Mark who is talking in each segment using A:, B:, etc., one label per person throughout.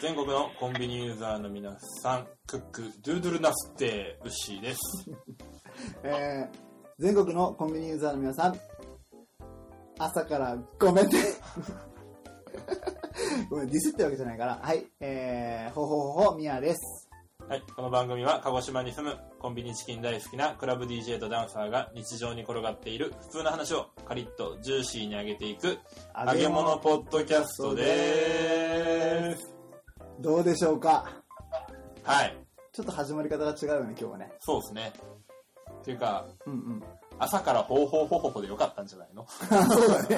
A: 全国のコンビニユーザーの皆さん、クック、ドゥードゥルナステー、ウッシーです。
B: えー、全国のコンビニユーザーの皆さん、朝からごめんね。 ごめん、ディスってわけじゃないから。はい、えー、ほほほほ、みやです。
A: はい、この番組は鹿児島に住むコンビニチキン大好きなクラブ DJ とダンサーが日常に転がっている普通の話をカリッとジューシーに上げていく揚げ物ポッドキャストでーす。
B: どうでしょうか
A: はい、
B: ちょっと始まり方が違うよね、今日はね。
A: そうですね。っていうか、
B: う んうん。
A: 朝からほうほうほほほでよかったんじゃ ないの
B: そうだね。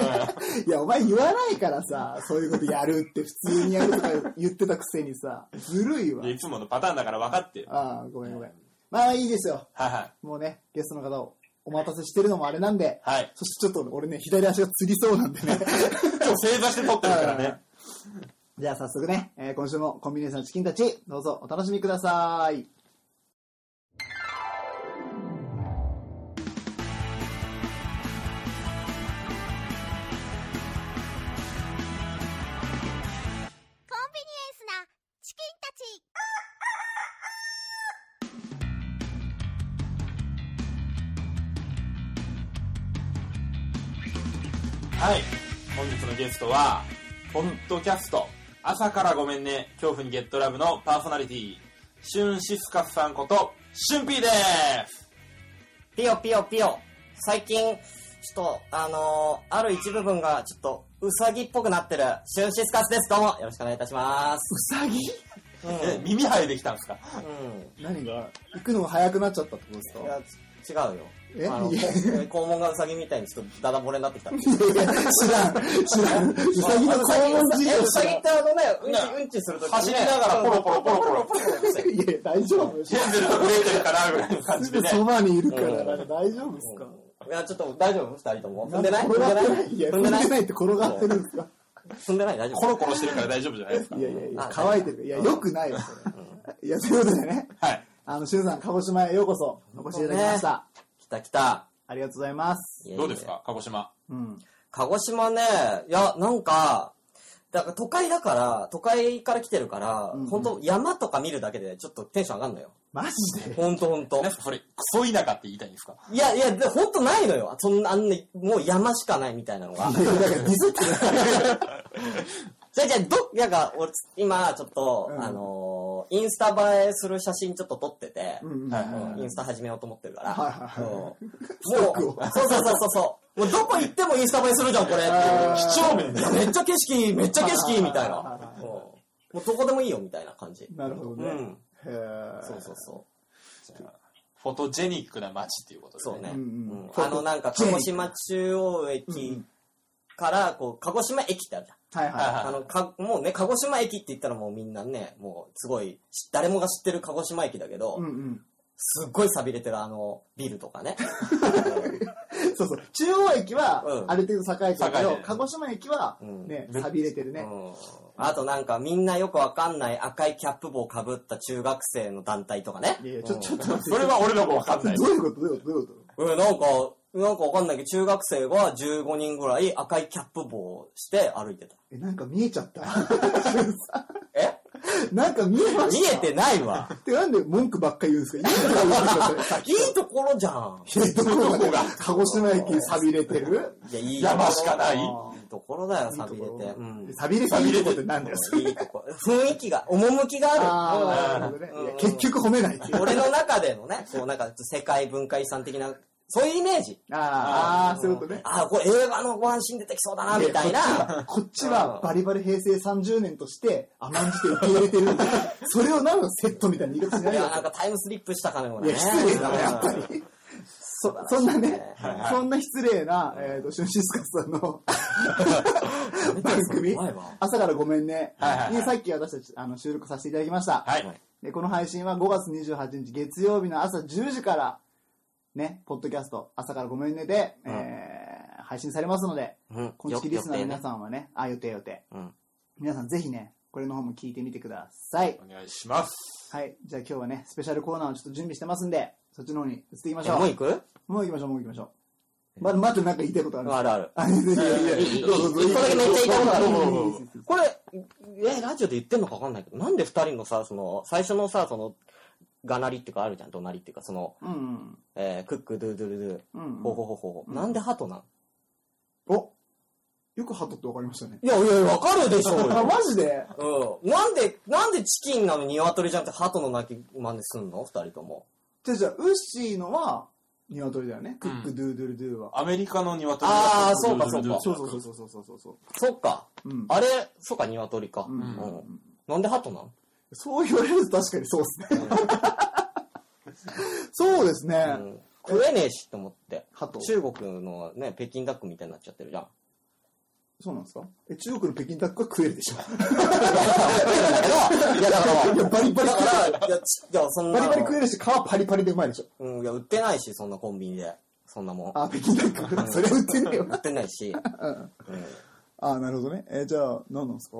B: いや、お前言わないからさ、そういうことやるって普通にやるとか言ってたくせにさ、ずるいわ
A: いや。いつものパターンだから分かってよ。はい
B: ああ、ごめんごめん。まあいいですよ。
A: は
B: もうね、ゲストの方をお待たせしてるのもあれなんで、
A: い。はい。
B: そしてちょっと俺ね、左足がつりそうなんでね。
A: 今日正座して撮ってるからね。
B: じゃあ早速ね、えー今週もコンビニエンスのチキンたち、どうぞお楽しみください。
C: コンビニエンスなチキンたち
A: はい。本日のゲストは、ポッドキャスト、朝からごめんね、恐怖にゲットラブのパーソナリティ、シュンシスカスさんこと、シュンピーです。
D: ピヨピヨピヨ。最近、ちょっと、あのーある一部分が、ちょっと、うさぎっぽくなってる、シュンシスカスです。どうも、よろしくお願いいたします。
B: うさぎ
D: うん。
A: え、耳生えてきたんですか
D: う
B: 何が行くのが早くなっちゃったってことです
D: ん。いや、ち違うよ。
B: え
D: あの、
B: いや
D: 肛門がうさぎみたいに、ちょっと、ダダ漏れになってきた。う
B: か知らん、知らん。うさぎの肛門事
D: えうさぎ
B: 情
D: ってあのね、うんち、うんちするとき、ね、
A: 走りながらポロポロポロポロ。
B: いやいや、大丈夫
A: ヘンゼルとグレーテルかなぐらいの感じ
B: す
A: で
B: ぐ
A: ね。
B: そばにいるから、大丈夫ですか
D: いや、ちょっと、大丈夫二人とも。踏んでない
B: 転
D: 踏ん
B: が
D: で
B: っ
D: ない
B: てないいや、
D: 踏
B: 踏
D: ん
B: ん
D: で
B: で
D: な
B: ないいって転がってるんですか
D: 踏んでない大 丈
A: コ
D: 夫
A: ロコロしてるから大丈夫じゃないですか
B: い。やいやいや
D: あ、
B: 乾いてる。いや、良くないよ、それ。いや、ということでね、
A: はい。
B: あの、しゅんさん、鹿児島へようこそ、お越しいただきました。
D: 来た来た。
B: ありがとうございます。
D: いやいやいや
A: どうですか鹿児島。
B: うん。
D: 鹿児島ね、いや、なんか、だから都会だから、都会から来てるから、
B: うんうん
D: ほんと山とか見るだけでちょっとテンション上がんのよ。
B: マジで
D: ほんとほんと
A: なん。すかそれ、クソ田舎って言いたいんですか
D: いやいや、でほんとないのよ。そんな、あんね、もう山しかないみたいなのが。
B: だからディスってる
D: じゃあじゃあど、なんか、俺、今、ちょっと、
B: うん
D: あのーインスタ映えする写真ちょっと撮ってて、
B: うんうん
A: はいうは
D: んインスタ始めようと思ってるから。
B: はいはいはい
D: うん
B: ックを
D: もう、そうそうそうそうそう。もうどこ行ってもインスタ映えするじゃん、これっていう。
B: あー
A: 几帳面だよ。
D: めっちゃ景色、めっちゃ景色、みた
B: は
D: い
B: いはい
D: な
B: は。いはい
D: うんもうどこでもいいよ、みたいな感じ。
B: なるほどね。
D: うん
B: へー
D: そうそうそ
A: フォトジェニックな街っていうことで
D: う。
A: すね。
D: そうね。
B: う
D: うん
B: うん
D: んあの、なんか、鹿児島中央駅から、こう、鹿児島駅ってあるじゃん。
B: はいはい
A: は
B: はい
D: あの、か、もうね、鹿児島駅って言ったらもうみんなね、もう、すごい、し誰もが知ってる鹿児島駅だけ
B: い。う
D: ど
B: ん、うん。
D: すっごい錆びれてるあの、ビルとかね。
B: そうそう。中央駅は
D: う、ん
B: ある程度栄えてるけ
A: 栄えて
B: ど
A: る、
B: 鹿児島駅は、
D: うん
B: ね、錆びれてる
D: う
B: ね。
D: んあとなんか、みんなよくわかんない赤いキャップ帽かぶった中学生の団体とかね。
B: いやいや、ちょ、ちょっと待って。
A: それは俺の子わかんない
B: どう。いうことどういうことどういうこ
D: えーなんか、なんかわかんないけど、中学生が15人ぐらい赤いキャップ帽をして歩いてた。
B: とえ、なんか見えちゃった。
D: え
B: なんか見えま
D: 見
B: した。
D: えてないわ。
B: ってなんで文句ばっかり言うん ですかいいとこ言うんですかそれ
D: いいところじゃん。
B: いいところが、鹿児島駅に錆びれてる
D: いや、いいところ
A: 山しかない。
B: あ
D: いいところだよ、
B: ー
D: 錆びれて。う
B: いいと
D: ん
B: ころ。錆びれていいとこってなんだよ、それ。
D: いいとこ雰囲気が、趣があ
B: ああ、なるほどね。いや結局褒めないっていう
D: る。俺の中でのね、こうなんか世界文化遺産的な、そういうイメージ。
B: あーあー、そういうことね。
D: ああ、これ映画のご安心出てきそうだな、みたいな。
B: こっちはバリバリ平成30年として甘んじて受け入れてるんで、それをなんかセットみたいな言い方しない
D: い
B: よ
D: や、。なんかタイムスリップしたかのようないね。
B: や、失礼だな、やっぱり。そそんなね、そんな失礼な、えっと、シュンシスカスさんの番組
D: 怖いわ、
B: 朝からごめんね
A: はいはいはい
B: にさっき私たちあの収録させていただきました。
A: はい。
B: で、この配信は5月28日月曜日の朝10時から、ね、ポッドキャスト、朝からごめんねで、えー配信されますので、
D: うん。
B: こんちきリスナーの皆
D: ん。
B: さんはね、あ、予定予定。
D: うん。
B: 皆さんぜひね、これの方も聞いてみてください。
A: お願いします。
B: はい。じゃあ今日はね、スペシャルコーナーをちょっと準備してますんで、そっちの方に移っていきまし
D: え
B: ょう。
D: もう行く
B: もう行きましょう、もう行きましょう。まだ、まだなんか言いたいことある。
D: あるある。
B: あ、いやいや
D: いいいい
B: いや、どうぞどうぞ。
D: 一個だけめっちゃ言いたいことある
B: どうぞどうぞどうぞ
D: これ、え、ラジオで言ってんのかわかんないけど、なんで二人のさ、その、最初のさ、その、がなりっていうかあるじゃん、怒鳴りっていうか、その、
B: うんうん。
D: えークック、ドゥドゥルド
B: う
D: ゥ、
B: ん。
D: ほほほほほ。
B: うん
D: なんでハトなん
B: およくハトってわかりましたね。
D: いやいや、わかるでしょう
B: あ、
D: よ。
B: マジで
D: うん。なんで、なんでチキンなのに鶏じゃんってハトの鳴き真似すんの二人とも。
B: じゃあじゃあ、ウッシーのは、鶏だよね。クックドゥードゥルドゥは。
A: アメリカの鶏
D: あーそうかそうか
B: そうそうそうそうそうそうそう。
D: そっか。
B: うん。
D: あれ、そっか、鶏か。
B: うん
D: うんなんでハトなん
B: そう言われると確かにそうですね。そうですね。
D: うん食えねえしって思って。
B: ハト。
D: 中国のね、北京ダックみたいになっちゃってるじゃん。
B: そうなんですかえ、中国の北京ダックは食えるでしょ。
D: いや、だから、
B: いや、バリバリ
D: だ
B: 食え
D: から、いや、ちいやそん
B: る。
D: な
B: バリバリ
D: の
B: 食えるし、皮パリパリでうまいでしょ。
D: うん、いや、売ってないし、そんなコンビニで。そんなもん。
B: あ、北京ダック。それは売ってねえよ
D: 売っ。てないし。
B: うん
D: うん。いや、
B: あ、なるほどね。え、じゃあ、何なんですか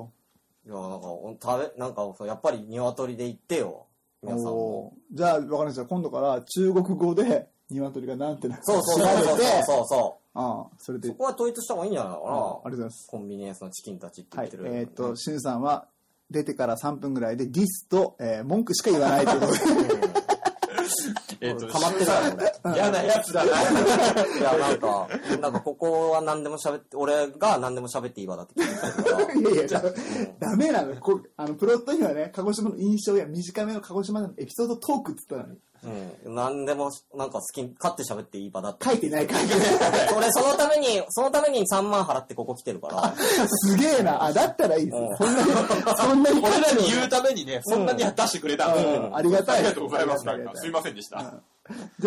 D: なんか、食べ、なんか、そうやっぱり鶏で言ってよ。皆さんも。
B: おーじゃあ、わかりました。今度から中国語で、鶏がなんてなく
D: そうそうそうそうそうそ
B: ああ、それ
D: う。
B: で。
D: そこは統一した方がいいんじゃないのか
B: ああ
D: な。
B: りがとうございます。
D: コンビニエンスのチキンたちって
B: は
D: 言
B: い
D: って、る。
B: えっ、と、しゅんさんは、出てから3分ぐらいで、ディスと、えー文句しか言わないというこ とで、
A: えっ
D: う
A: と
D: ん、、溜まって たから俺
A: 嫌なやつだな。
D: いや、なんか、なんかここは何でも喋って、俺が何でも喋っていいわだって聞いてた から。
B: いやいや、だダメなのこうあの、プロットにはね、鹿児島の印象や短めの鹿児島のエピソードトークって言ったのに、
D: うん。何でも、なんか好きに、勝って喋っていい場だって。
B: 書いてない、書いてない。
D: 俺、そのために、そのために3万払ってここ来てるから。
B: すげえな。あ、だったらいいです
D: う。ん
B: そんなに、そんなに書
A: 俺
B: い
A: らに
B: て
A: 言うためにね、そんなに出してくれた。
B: うんうんありがたい
A: ありがとうございます。なん
B: ありが
A: か、
B: たい
A: すいませんでした。
B: じ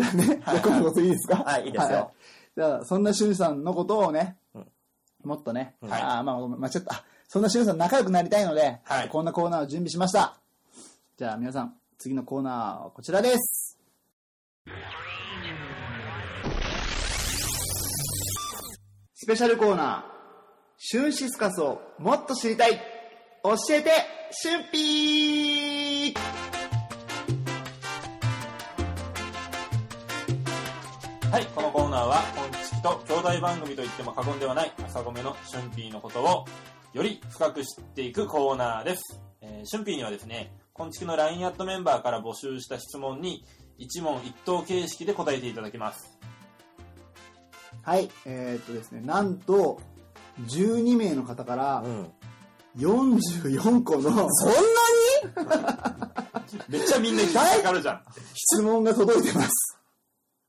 B: ゃあね、じゃあ今度こそいいですか
D: はいいいですよ
B: じゃあ、そんなしゅんさんのことをね、
D: うん
B: もっとね、
A: はい
B: ああ、まあ、ごめん間違った。あそんなしゅんさん仲良くなりたいので、
A: はい
B: こんなコーナーを準備しました。じゃあ皆さん、次のコーナーはこちらです。スペシャルコーナー、シュンシスカスをもっと知りたい教えて、シュンピー
A: はい、このコーナーは、本式と兄弟番組と言っても過言ではない、朝米のシュンピーのことを、より深く知っていくコーナーです。えー、シュンピーにはですね、本式の LINE アットメンバーから募集した質問に、一問一答形式で答えていただきます。
B: はい、えーっとですね、なんと、12名の方から
D: ん。
B: 44個の
D: そんなに
A: めっちゃみんな聞きたがるじゃん。
B: 質問が届いてます。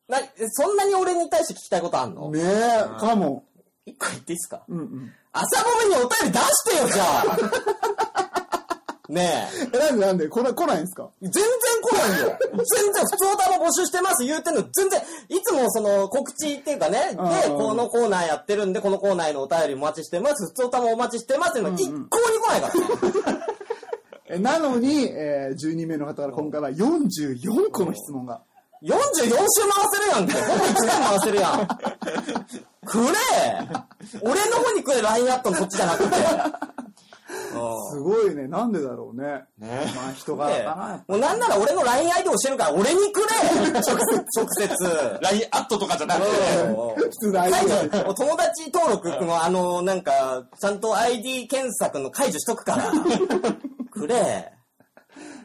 D: な、そんなに俺に対して聞きたいことあんの
B: ねえ、かも。
D: 一個言っていいっすか
B: うんうん。
D: 朝ごめにお便り出してよ、じゃあね
B: え、
D: え。
B: なんでなんでこれ来ないんですか
D: 全然来ないよ。全然、普通おたも募集してます言うてんの、全然、いつもその告知っていうかね、で、
B: うん
D: このコーナーやってるんで、このコーナーへのお便りお待ちしてます、普通おたもお待ちしてますっていうの
B: うん
D: が
B: うん
D: 一向に来ないからね。
B: え、なのに、えー12名の方から今回は44個の質問が。
D: 44週回せるやんけ。ほぼ1年回せるやん。くれ俺の方にくれ、ラインアットのそっちじゃなくて。
B: すごいね、なんでだろうね。
A: ね
B: まあ人
D: うん
B: 柄かな。
D: もうなんなら俺の LINE 相手をしてるから俺にくれ直接。直接。
A: LINE アットとかじゃなくて、
B: 普通のアイ
D: 解
B: ドル
D: 除、お友達登録のあの、なんか、ちゃんと ID 検索の解除しとくから。くれ。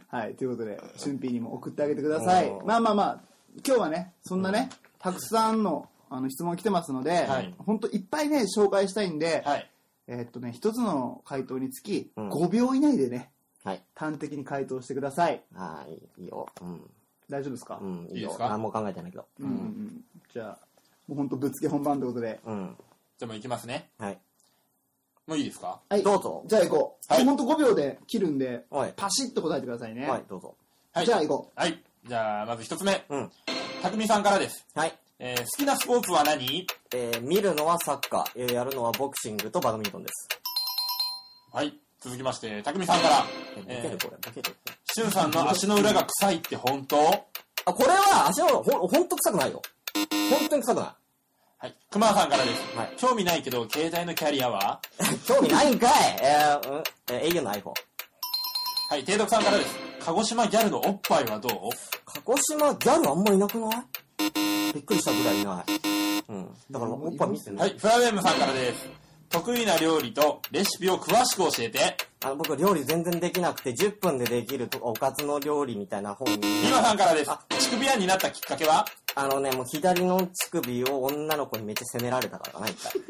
B: はい、ということで、俊平にも送ってあげてください
D: お。ー
B: まあまあまあ、今日はね、そんなね、たくさんのあの質問来てますので
A: はい、
B: 本当いっぱいね、紹介したいんで、
A: はい。
B: えーっとね、一つの回答につき、
D: うん
B: 5秒以内でね、
D: はい。
B: 端的に回答してください。
D: ああ、いいよ。うん。
B: 大丈夫ですか、
D: うん、いい
A: いいで
D: よ
A: す。か
D: 何も考えてないけど。
B: うんうんうんじゃあ、もう本当ぶっつけ本番ってことで。
D: うん。
A: じゃあもう行きますね。
D: はい。
A: もういいですか
B: はい、
D: どうぞ
B: じゃあ行こう。
A: はい
B: もう本当5秒で切るんで、
D: はい。
B: パシッと答えてくださいね。
D: はい、どうぞ。
A: はい。
B: じゃあ行こ
A: はい。じゃあ、まず一つ目。
D: うん。
A: たくみさんからです。
D: はい。
A: えー好きなスポーツは何
D: えー、見るのはサッカー、えーやるのはボクシングとバドミントンです。
A: はい。続きまして、たくみさんから。
D: えー、ボケ
A: え
D: る
A: ー、
D: これ、ボケる。
A: しゅんさんの足の裏が臭いって本当
D: あ、これは足の裏、ほん、ほんと臭くないよ。ほんとに臭くない。
A: はい。熊さんからです。
D: はい
A: 興味ないけど、携帯のキャリアは
D: 興味ないん かいえー、うん、えー、au の iPhone。
A: はい、提督さんからです。鹿児島ギャルのおっぱいはどう
D: 鹿児島ギャルあんまいなくないびっくりしたぐらいいない。うん。だからおっぱい見せてな。
A: はいい、フラウェムさんからです。得意な料理とレシピを詳しく教えて。
D: あの、僕料理全然できなくて、10分でできるとおかずの料理みたいな本に。
A: リマさんからです
D: あ。
A: 乳首案になったきっかけは
D: あのね、もう左の乳首を女の子にめっちゃ責められたからな、一回。うん。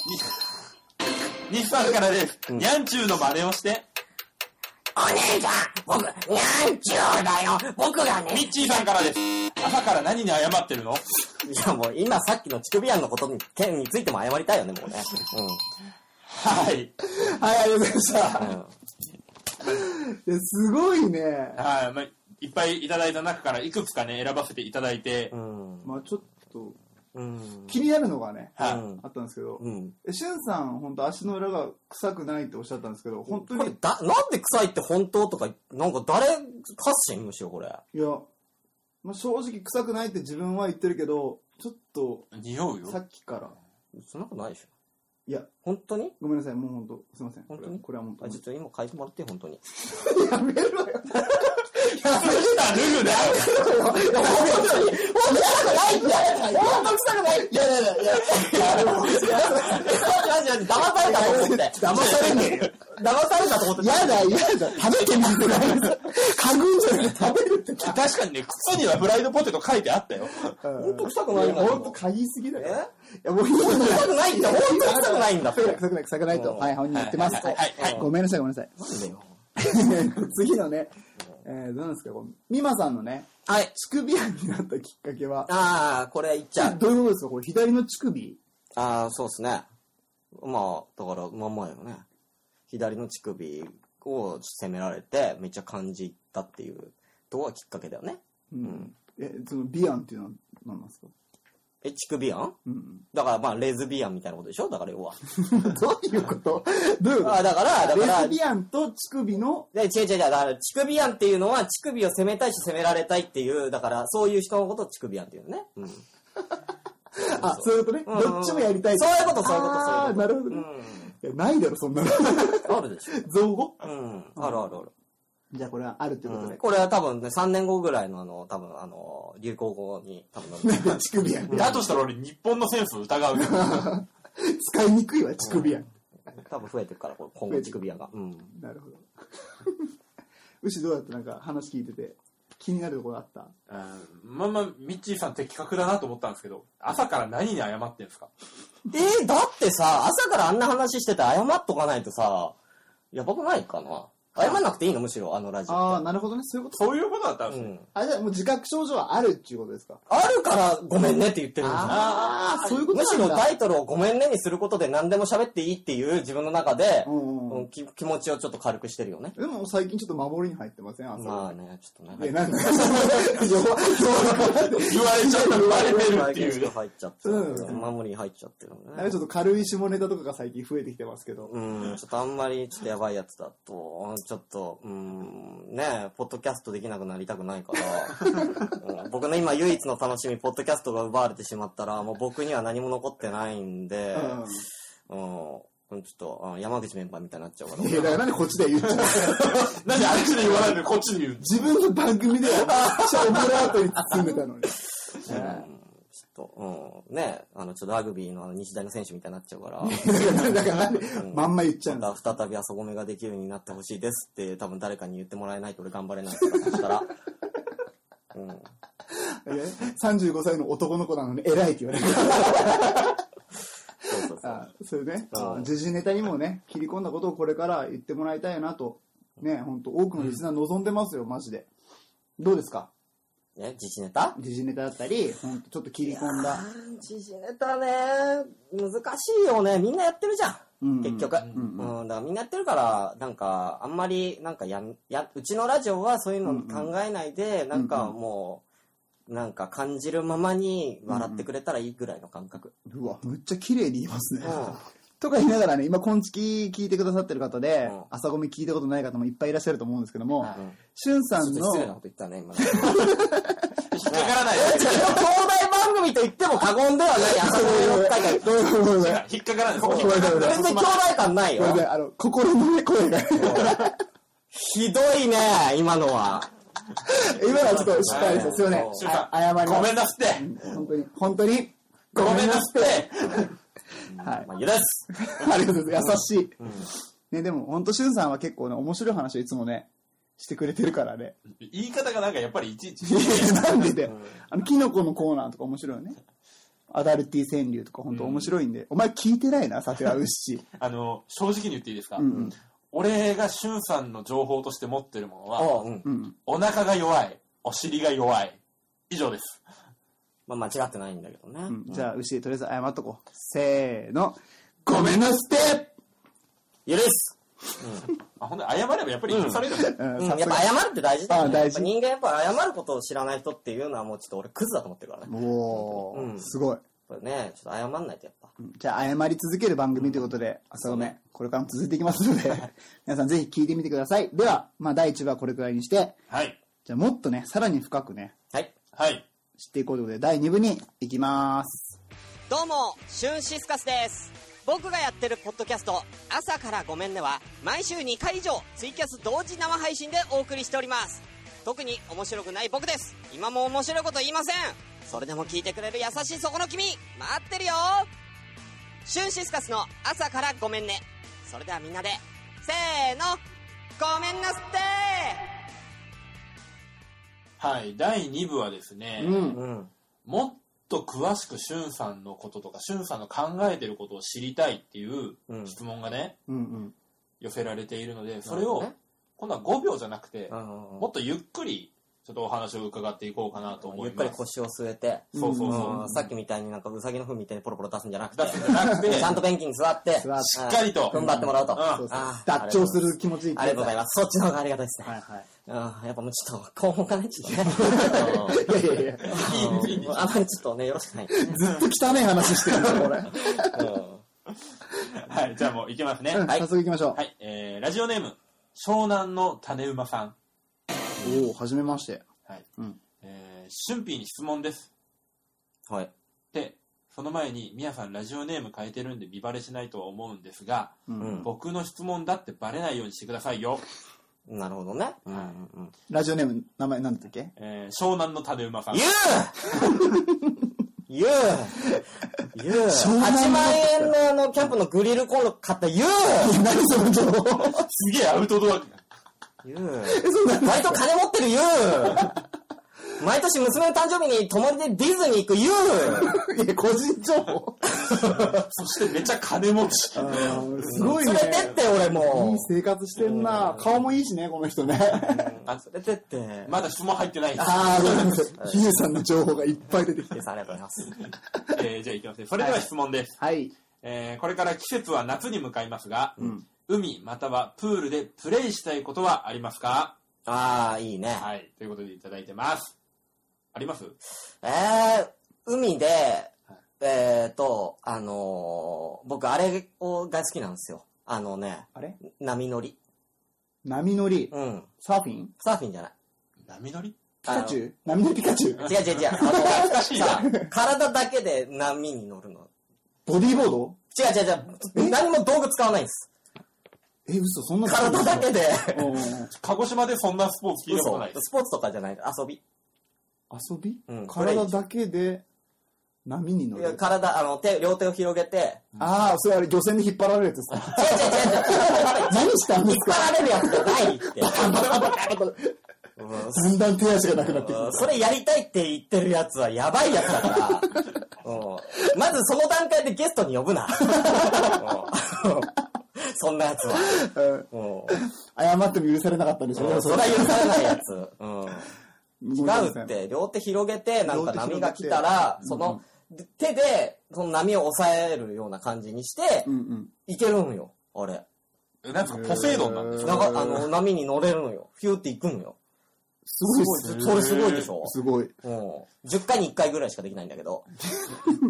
A: 西さんからです。
D: うん
A: にゃんちゅうの真似をして。
D: お姉ちゃん僕、なんちゅうだよ僕が
A: ミッチーさんからです。朝から何に謝ってるの
D: いやもう今さっきの乳首案のことに件についても謝りたいよね、もうね。
A: はい。
B: はい、ありがとうございまし
D: うん。
B: た。
D: うん。
B: いやすごいね。
A: はい、まあ、いっぱいいただいた中からいくつかね、選ばせていただいて、
D: うん。
B: まあちょっと、
D: うん。
B: 気になるのがね、
A: はい、
D: うん
B: あったんですけど、
D: うん。
B: え、しゅんさん、本当足の裏が臭くないっておっしゃったんですけど、本当
D: これ
B: に、
D: だ、なんで臭いって本当とか、なんか誰発信むしろこれ。
B: いや、まあ、正直臭くないって自分は言ってるけど、ちょっと、
A: 匂うよ。
B: さっきから、
D: そんなことないでしょ。
B: いや、
D: 本当に
B: ごめんなさい、もう本当、すいません。
D: 本当に
B: これはもう、
D: あ、ちょっと今書いてもらってよ、本当に。
B: やめろよ。
A: やめるな、ルルだよ。
D: ないんだよ本当臭くないいやいやいやいや、マジマジ、騙されたと思って。騙されねえよ。騙されたと思って。
E: やだ、やだ、食べてみるとか、嗅ぐんじゃなくて食べるって。
A: 確かにね、靴にはフライドポテト書いてあったよ。
D: 本
B: 本
D: 当臭くないんだよ
B: 本当、嗅ぎすぎだよ。い
D: え
B: や、もういいよ
D: 臭くないんだ、本当に臭くないんだって。
B: 臭くない、臭くないと、
D: うん
B: はい、本人言ってます。
A: はいはいはい
D: はい
B: ごめんなさい、ごめんなさい。
D: なんだよ。
B: 次のね、えー、どうなんですか、こうミマさんのね、
D: はい。
B: 乳首炎になったきっかけは、
D: ああ、これ言っちゃう。
B: どういうことですかこれ左の乳首
D: ああ、そうですね。まあ、だから、まんまよね。左の乳首を責められて、めっちゃ感じたっていうとこがきっかけだよね。
B: うん。え、その、ビアンっていうのは何なんですか
D: え、乳首やん
B: うん。
D: だから、まあ、レズビアンみたいなことでしょだから、要は。
B: どういうことどういうこ
D: ああ、だ から、だ
B: と
D: から、
B: レズビアンと乳首の、
D: で違う違う違う、だから、乳首やんっていうのは、乳首を責めたいし、責められたいっていう、だから、そういう人のことを乳首やんっていうのね。うん。
B: あ、そういうことね。
D: うん
B: どっちもやりたい。
D: そういうことそういうこと
B: あー
D: そ
B: なるほど
D: う
B: ね。
D: ん。
B: いやないだろ、そんな の。
D: あるでし
B: 造語
D: ょ。うん。あるあるある。
B: じゃあこれはあるってこと
D: うん
B: で。
D: これは多分ね、3年後ぐらいのあの、多分あの、流行語に多分なる
B: 乳首やん。
A: だとしたら俺、日本のセンス疑うよ。
B: 使いにくいわ、乳首やん。
D: 多分増えてるから、これ今
B: 増え
D: 後
B: て
D: 乳
B: く
D: 首屋が。うん。
B: なるほど。 牛どうだったなんか話聞いてて、気になるところあった
A: うんまあまあ、ミッチーさん的確だなと思ったんですけど、朝から何に謝ってんですか
D: えー、だってさ、朝からあんな話してて謝っとかないとさ、やばくないかな謝んなくていいのむしろ、あのラジオ。
B: ああ、なるほどね。そういうこと
A: そういうことだったんで
D: う
A: すね。
D: ん。
B: あ、じゃあもう自覚症状はあるっていうことですか
D: あるからごめんねって言ってるんじゃない
B: ああ、そういうこと
D: む
B: な
D: し
B: んだ
D: ろタイトルをごめんねにすることで何でも喋っていいっていう自分の中で、
B: うんうん
D: うんき気持ちをちょっと軽くしてるよね。
B: でも最近ちょっと守りに入ってません朝。
D: まあね、ちょっと
B: え、
D: ね。
B: なんだよ。弱弱
A: 言われちゃ った、言われてるっていう。
D: 入っちゃってる。守りに入っちゃってるの
B: なんか
D: ね
B: ちょ。っと軽い下ネタとかが最近増えてきてますけど。
D: うん、ちょっとあんまりちょっとやばいやつだと、ちょっと、うん、ねえポッドキャストできなくなりたくない から、うん僕の今唯一の楽しみ、ポッドキャストが奪われてしまったら、もう僕には何も残ってないんで、
B: う
D: うん、うんちょっと、うん山口メンバーみたいになっちゃうから
B: ん。い。や、だからなんでこっちで言っちゃうの
A: なんであっちで言わないでこっちに言う
B: 自分の番組ではめっちゃオブラートに包んでたのに。
D: うんちょっと、うん、ね、あの、ちょっとラグビーのあの日大の選手みたいになっちゃうから、
B: だからなんでまんま言っちゃうんだ。
D: また再びあそこめができるようになってほしいですって、多分誰かに言ってもらえないと俺頑張れないから、そしたら。うん。
B: 35歳の男の子なのに偉いって言われる。
D: そうそうそう。
B: あそれね
D: あ、
B: 時事ネタにもね、切り込んだことをこれから言ってもらいたいなと、ね、本当多くのリスナー望んでますよ、マジで。どうですか
D: ね、自信ネタ
B: 時事ネタだったり、ほんとちょっと切り込んだ。
D: 自信ネタね、難しいよね。みんなやってるじゃん。
B: うん
D: 結局。
B: う
D: うん
B: うん
D: ん、だからみんなやってるから、なんか、あんまり、なんかやん、や、うちのラジオはそういうの考えないで、なんかもう、なんか感じるままに笑ってくれたらいいぐらいの感覚。
B: うわ、むっちゃ綺麗に言いますね。
D: うん
B: とか言いながらね、今、こんちき聞いてくださってる方で
D: うん、
B: 朝ごみ聞いたことない方もいっぱいいらっしゃると思うんですけども
A: はい、
B: しゅんさん
D: ちょっと失礼な
B: の、
D: こと言ったね、今。
A: 引っかからない
D: 東大番組と言っても過言ではない、あそこの大会。
B: ごめんごめんごめんごめん。
A: 引っかからない
B: ごめんごめんごめん
D: 全然兄弟感ない
B: ごめんごめ
D: よ。
B: ん。あの、心の声が。
D: ひどいね、今のは。
B: 今のはちょっと失敗でした。すいません。
A: シュウさん
B: あ謝ります。
A: ごめんなすって
B: 本当に、本当に、
A: ごめんなすって
B: はい。
D: まあ、許す。
B: ありがとうございます。優しい。ね、でも、本当しゅんさんは結構ね、面白い話をいつもね、してくれてるから ね。
A: 言い方がなんかやっぱりいちいち
B: なんでで、あの、キノコのコーナーとか面白いよね。アダルティ川柳とか本当面白いんで、お前聞いてないな、さてはうっし。
A: あの正直に言っていいですか、
B: うんうん
A: 俺がしゅんさんの情報として持ってるものは
D: おう、うん。
B: うん。
A: お腹が弱いお尻が弱い以上です
D: まあ、間違ってないんだけどね。
B: うんじゃあ、うっし、とりあえず謝っとこう。せーの。ごめんなすって
D: 許す。
A: あ本当に謝ればやっぱり許される、
B: う
D: うんん、
B: さ
D: やっ
B: すが
D: ぱ謝るって大事だよ、ね。
B: あ大事
D: やっぱ人間やっぱ謝ることを知らない人っていうのはもうちょっと俺クズだと思ってるからね。
B: お
D: う
B: ー、
D: ん
B: すごい。
D: やっぱね、ちょっと謝んないとやっぱ。
B: うんじゃあ、謝り続ける番組ということで、朝ごめん、これからも続いていきますので、 皆さんぜひ聞いてみてください。では、まあ、第1部はこれくらいにして、
A: はい
B: じゃあ、もっとね、さらに深くね、
D: はい。
A: はい
B: 知っていこうということで、第2部に行きます。
F: どうも、シュンシスカスです。僕がやってるポッドキャスト、朝からごめんねは、毎週2回以上、ツイキャス同時生配信でお送りしております。特に面白くない僕です。今も面白いこと言いません。それでも聞いてくれる優しいそこの君、待ってるよシュンシスカスの朝からごめんね。それではみんなで、せーの、ごめんなすって
A: はい第2部はですね、
B: うん。
D: うん。
A: もっと詳しくしゅんさんのこととかしゅんさんの考えてることを知りたいっていう
D: うん
A: 質問がね
B: うんうん。
A: 寄せられているのでそ
D: な
A: れ
D: るほど
A: を
D: ね
A: 今度は5秒じゃなくて
D: うんうん
A: もっとゆっくりちょっとお話を伺っていこうかなと
D: うん
A: 思
D: ゆっ
A: い
D: く
A: ま
D: り
A: す。
D: 腰を据えて、
A: そうそうそう。
D: うんさっきみたいになんかウサギの糞みたいにポロポロ出すんじゃなくて
A: 出、すんじゃなくて、
D: ちゃんと便器に座って、
B: 座って
A: しっかりと
D: うん踏ん張ってもらうと。
A: うん
B: そうそう
D: あー
B: 脱腸する気持ちでいてくださ
D: ありがとうございます。そっちの方がありがたいですね。
B: はいはい。
D: うん、やっぱもうちょっと、肛門がね、ちょっとね。
B: いやいやいや、
D: うんあんまりちょっとね、よろしくない。
B: ずっと汚い話してるんだ、これ。
D: う ん
A: はい、じゃあもういきますね。
B: うん
A: はい。
B: 早速行きましょう。
A: はい、えー、ラジオネーム、湘南の種馬さん。
B: おお、はじめまして。
A: はい。
B: うん
A: えー、俊平に質問です。
D: はい。
A: で、その前に、みやさんラジオネーム変えてるんで見バレしないとは思うんですが、
D: うん。
A: 僕の質問だってバレないようにしてくださいよ。
D: なるほどね。うんうんうん。
B: ラジオネーム、名前なんだったっけ
A: えー、湘南の種馬さん。
D: 言う言う言う
B: しょうがない
D: !8 万円のあの、キャンプのグリルコンロ買った言う
B: 何その情報
A: すげえアウトドア。
D: 言う割と金持ってる言う毎年娘の誕生日に泊まりでディズニー行く言う
B: いや、個人情報
A: そしてめちゃ金持ち。
B: あーすごいね
D: 連。れてって俺
B: いい
D: も
B: 生活してんな。顔もいいしね、この 人ね。
A: あ
D: 連れてって。
A: まだ質問入ってないです。
B: ああ、ごめんなさい。 ヒデさんの情報がいっぱい出てきて
D: で。すありがとうございます。
A: えー、じゃあいきますね。それでは質問です。
B: はい。
A: えーこれから季節は夏に向かいますが、
B: ん
A: 海またはプールでプレイしたいことはありますか
D: ああ、いいね。
A: はい。ということでいただいてます。あります
D: えー、海で、えーと、あのー僕あれをが好きなんですよ。あのね、
B: あれ
D: 波乗り。
B: 波乗り、
D: うん。
B: サーフィン
D: サーフィンじゃない。
A: 波乗り
B: ピカチュウ波乗りピカチュウ
D: 違う違う違う。あの、さ、 体だけで波に乗るの。
B: ボディーボード
D: 違う違う違う。何も道具使わないんです。
B: え、嘘、そんな
D: 体だけで。
B: うんうんうん
A: 鹿児島でそんなスポーツ聞いたこと
D: 嘘
A: ない。
D: スポーツとかじゃない。遊び。
B: 遊び
D: うん
B: 体だけで波に乗
D: いや
B: る。
D: 体、あの、手、両手を広げて。
B: ああ、それあれ、漁船で引っ張られるやつです か
D: 違う違う違う違う。
B: 何したんで
D: 引
B: すか
D: っ張られるやつじゃないって。うん
B: だんだん手足がなくなってき
D: うん
B: た。
D: それやりたいって言ってるやつはやばいやつだから。うんまずその段階でゲストに呼ぶな。うんそんなやつは。
B: うん
D: うん
B: 謝っても許されなかったんでしょうね
D: それは許されないやつ。うん
B: 違
D: 違うって、両手広げて、なんか波が来たら、
B: 両手広げて
D: その、手で、その波を抑えるような感じにして
B: う、んうん。
D: いけるのよ、あれ。
A: えなんかポセイドンなんです
B: へ
A: か
B: ー
D: なんか、あの、波に乗れるのよ。ヒューって行くのよ。
B: すごいっすね。
D: それすごいでしょ
B: すごい。
D: うん。10回に1回ぐらいしかできないんだけど、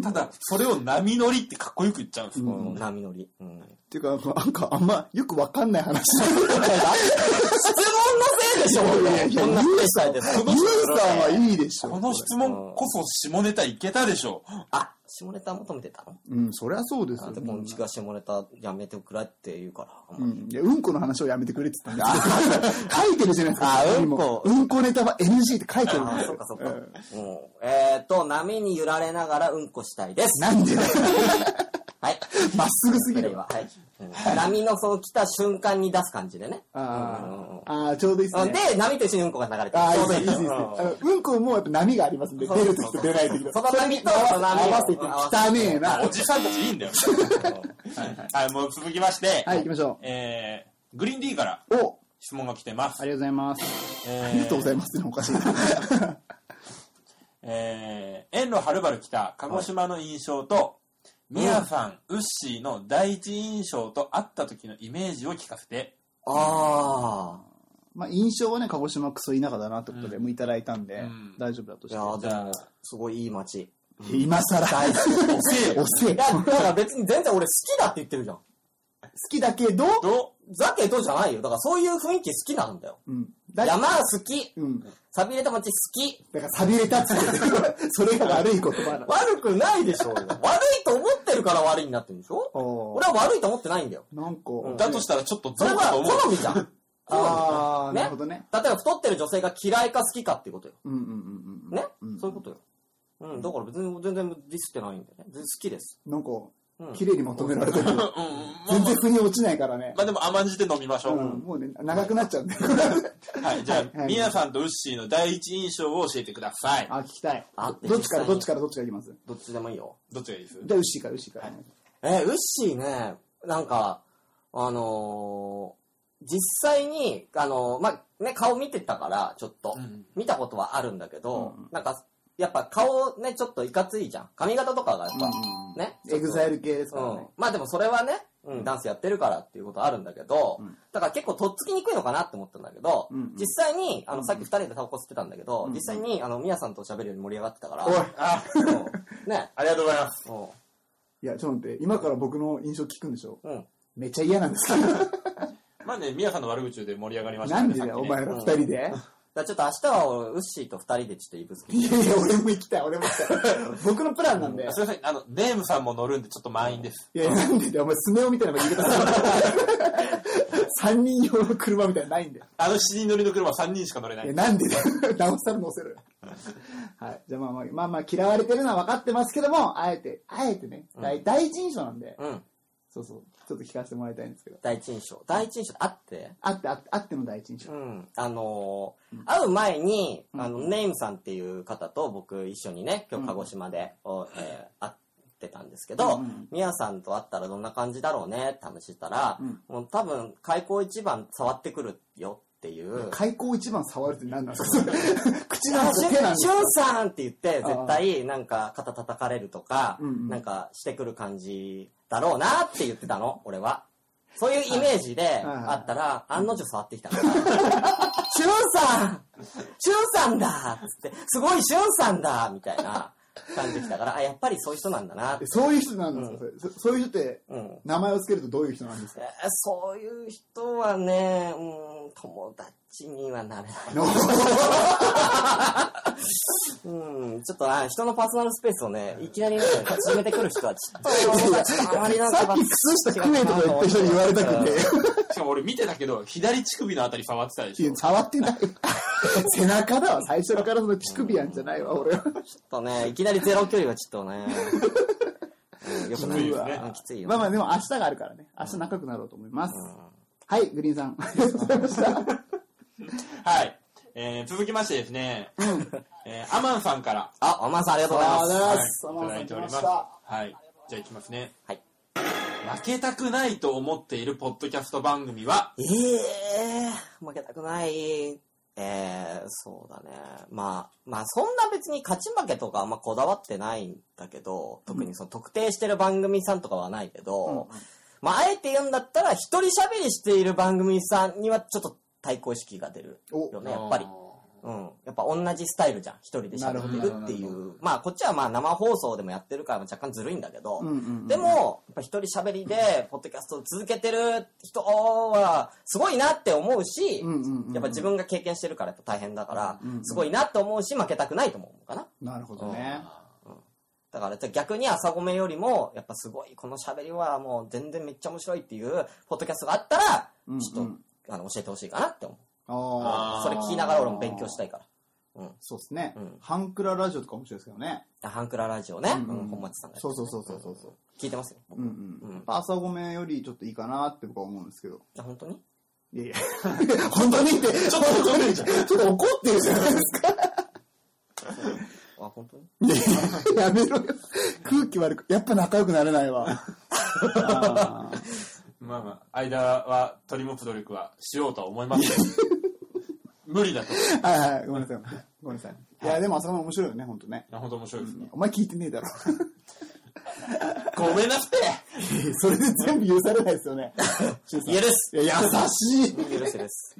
A: ただ、それを波乗りってかっこよく言っちゃうんですよ。
D: うん波乗り。うん
B: っていうか、なんかあんまよくわかんない話。
D: 質問のせいちでしょ、こんな
B: やいや
D: こんな不定会でさ
B: ユーさんはいいでし
A: こ
B: ょ。
A: の質問こそ下ネタいけたでしょ。
D: あ、下ネタ求めてたの
B: うん、そりゃそうです
D: な
B: よ
D: んで、。ポンチが下ネタやめてくれって言うから。
B: うん、いやうんこの話をやめてくれって言ったんだ書いてるじゃないですか。
D: あ
B: ここにも
D: うんこ
B: うんこネタは NG って書いてるん
D: あ
B: です
D: あ、そっ
B: よ
D: か。そっか。もう、えっと、波に揺られながらうんこしたいです。
B: なんでだよ
D: はい。
B: まっすぐすぎ
D: それ
B: るわ。
D: は、はい。うん波のその来た瞬間に出す感じでね。
B: あーあー、ちょうどいいで
D: う
B: す
D: ん
B: ね。
D: で、波と一緒にうんこが流れて
B: ああ、い
D: ち
B: い
D: ょ
B: で
D: う
B: す
D: ど
B: ね、いいです
D: う
B: ね
D: ん。
B: あのうんこもやっぱ波がありますんで、
D: そ
B: 出
D: うそう
B: るときと出ないときと。
D: その波と
B: それに合
D: その波を
B: わせて汚ねえな。
A: おじさんたちいい んだよ。はい、はい、もう続きまして、
E: はい、行きましょ
A: えー、グリーン D から
B: お、ありがと
A: 質問が来てます。
E: う。ありがとうございます。
A: えー、あ
B: うございますってのはおかしいな。
A: えー、遠路はるばる来た鹿児島の印象と、ミヤさん、ウッシーの第一印象と会った時のイメージを聞かせて、
D: あ
E: まあ、印象はね、鹿児島クソ田舎だなってことで、
A: うん
E: もういただいたんで、
A: うん
E: 大丈夫だ
D: あ。
E: と
D: い
E: して
D: や。ー
A: じ
D: で
A: ゃあ
D: も、すごいいい街。
B: 今更。
D: 大好 き。
A: おせえよ
B: おせ
D: い
B: え。
D: や、だから別に全然俺好きだって言ってるじゃん。
B: 好きだけど、
A: ど
D: だけどじゃないよ。だからそういう雰囲気好きなんだよ。
E: うん。
B: だ
D: 山好き。
B: うん。
D: さびれた街好き。
B: だから、錆びれたっつってる それが悪い言葉なの。
D: 悪くないでしょうよ。悪 いと思ってるから悪いになってるんでしょ
B: おー
D: 俺は悪いと思ってないんだよ。
B: なんか、
D: うん
A: だとしたらちょっと
D: そ
A: ゾ
D: れ
A: ウ
D: は
A: かと思う。
D: 好 みじゃん。
B: ああ、
D: ね
B: なるほどね。
D: 例えば太ってる女性が嫌いか好きかっていうことよ。
B: うんうんうんうん。
D: ね、
B: ん
D: そういうことよ。うん、だから別に全然ディスってないんだよね。全然好きです。
B: なんか、
D: うん、
B: 綺麗にまとめられてる。
A: うんうん、まあ
B: 全然腑に落ちないからね。
A: まあでも甘んじて飲みましょ
B: う
A: う。
B: ん、もうね、長くなっちゃうんだよ。
A: はい、じゃあ、
B: はい
A: ミヤさんとウッシーの第一印象を教えてください。
B: あ、聞きたい。
D: あ
B: どっちから、
D: 実際に
B: どっちから、どっちからいきます
D: どっちでもいいよ。
A: どっちがいいです
B: じゃあ、ウッシーから、ウッシーから。
D: えー、ウッシーね、なんか、あのー実際に、あのーまあ、ね、顔見てたから、ちょっと、
A: うん
D: 見たことはあるんだけど、なんか、やっぱ顔ね、ちょっといかついじゃん。髪型とかがやっぱ、ね。
B: エグザイ
D: ル。
B: ル系ですか
D: う
B: ら
D: ん
B: ね。。
D: まあでもそれはね、うん、ダンスやってるからっていうことあるんだけど、
B: ん
D: だから結構とっつきにくいのかなって思ったんだけど、
B: うんうん
D: 実際に、あの、さっき二人でタバコ吸ってたんだけど、
B: うん
D: 実際に、あの、ミヤさんと喋るように盛り上がってたから、
B: おい、
A: あ、
D: うんね、
A: ありがとうございます。
D: うん
B: いや、ちょっと待って、今から僕の印象聞くんでしょ
D: うん。
B: めっちゃ嫌なんですけど。
A: まあね、ミヤさんの悪口で盛り上がりまし
B: な
A: た
B: ん
A: ね
B: でだよ、お
A: さっきね
B: 前ら二人で。いや
D: だからちょっと明日は俺ウッシーと二人でちょっとイブス キー。
B: いや、俺も行きたい、俺も行 きたい。僕のプランなんで
A: あ。すいません、あの、ネームさんも乗るんでちょっと満員です。
B: いや、なんでだよ、お前、スネ夫みたいな言い方する。三人用の車みたいなのないんだよ。
A: あの7人乗りの車3人しか乗れないい
B: や、。なんでだよ。なおさら乗せる。はい。じゃあまあまあ、まあまあ、嫌われてるのは分かってますけども、あえて、あえてね、
D: う
B: 大第一印象なんで、
D: うん。
B: そうそう、ちょっと聞かせてもらいたいんですけど。
D: 第一印象。第一印象ってあって、
B: あって、あって、あっての第一印象
D: う。ん。あのー会う前に、あの、ネイムさんっていう方と僕一緒にね、今日鹿児島で、おえー会ってたんですけど、ミヤさんと会ったらどんな感じだろうねって話したら、もう多分、開口一番触ってくるよっていう。
B: 開口一番触るって何なんですか口なんですか手なんです
D: シ
B: か
D: ュンさんって言って、絶対、なんか、肩叩かれるとか、
B: うんうん
D: なんか、してくる感じだろうなって言ってたの、俺は。そういうイメージで、
B: はい
D: あったら、案の定触ってき たから。シュンさんシュンさんだっつって、すごいシュンさんだみたいな感じで来たから、あ、やっぱりそういう人なんだなって。
B: そういう人なんですか、それそそういう人って、
D: うん。
B: 名前をつけるとどういう人なんですか
D: えーそういう人はね、うん、友達にはなれない。うん、ちょっとな、人のパーソナルスペースをね、いきなりね、進めてくる人は、ちょっと、ちょっとあまりなんか、
B: さっき靴下食えとか言った人に言われたくて。
A: しかも俺見てたけど、左乳首のあたり触ってたで
B: い
A: しょ
B: や。触ってない。背中だわ、最初からその乳首やんじゃないわ、俺は。
D: ちょっと ね、いきなりゼロ距離はちょっとね、うん、よくない
A: きついよね
D: ね。きついよ、
B: まあまあ、でも明日があるからね、明日仲良くなろうと思います。はい、グリーンさん。ありがとうございました。
A: はい。えー、続きましてですね、えー、アマンさんから、
D: あ、おまんさんありがとうございます。
B: あ
A: はい、
B: す
A: いただいております。
B: アマンさん来
A: はい。じゃあ行きますね。
D: はい。
A: 負けたくないと思っているポッドキャスト番組は、
D: ええ負けたくない。ええそうだね。まあ、まあそんな別に勝ち負けとかあんまこだわってないんだけど、特にその特定してる番組さんとかはないけど、まああえて言うんだったら一人喋りしている番組さんにはちょっと対抗意識が出るよね、やっぱり。
A: あ
D: うん。やっぱ同じスタイルじゃん。一人で喋ってるっていう。まあ、こっちはまあ生放送でもやってるから若干ずるいんだけど、
B: うんうんうん
D: でも、やっぱ一人喋りで、ポッドキャストを続けてる人は、すごいなって思うし、
B: うんうんうんうん
D: やっぱ自分が経験してるからやっぱ大変だから、すごいなって思うし、負けたくないと思うのかな。
B: なるほどね。
D: だから逆に朝米よりも、やっぱすごい、この喋りはもう全然めっちゃ面白いっていう、ポッドキャストがあったら、
B: んうん
D: ちょっと、あの、教えてほしいかなって思う。
B: あ
A: あ
B: あ、
A: ー
D: それ聞きながら俺も勉強したいから。
B: そうですね
D: うん。
B: ハンクララジオとか面白いですけどね。
D: あハンクララジオね、
B: うんうん
D: うん本町さんがやって
B: そ
D: る
B: うそうそうそうそう。
D: 聞いてますよ、僕
B: うんうん。
D: うん
B: やっぱ朝ごめんよりちょっといいかなって僕は思うんですけど。
D: あ本当に
B: いやいや、本当にって、ちょっと怒ってるじゃん。ちょっと怒ってるじゃないですか。
D: あ本当に
B: いややめろよ。空気悪く。やっぱ仲良くなれないわ。あー
A: まあまあ、間は取り持つ努力はしようとは思います けど無理だと。い
B: はいはい、ごめんなさい。ごめんなさい。いや、でも朝ごめん面白いよね、本当ね。
A: や、本当面白いですね。
B: お前聞いてねえ だろ。
A: ごめんなさい
B: それで全部許されないですよね。許
D: 許す
B: 優しい。
D: 許すです、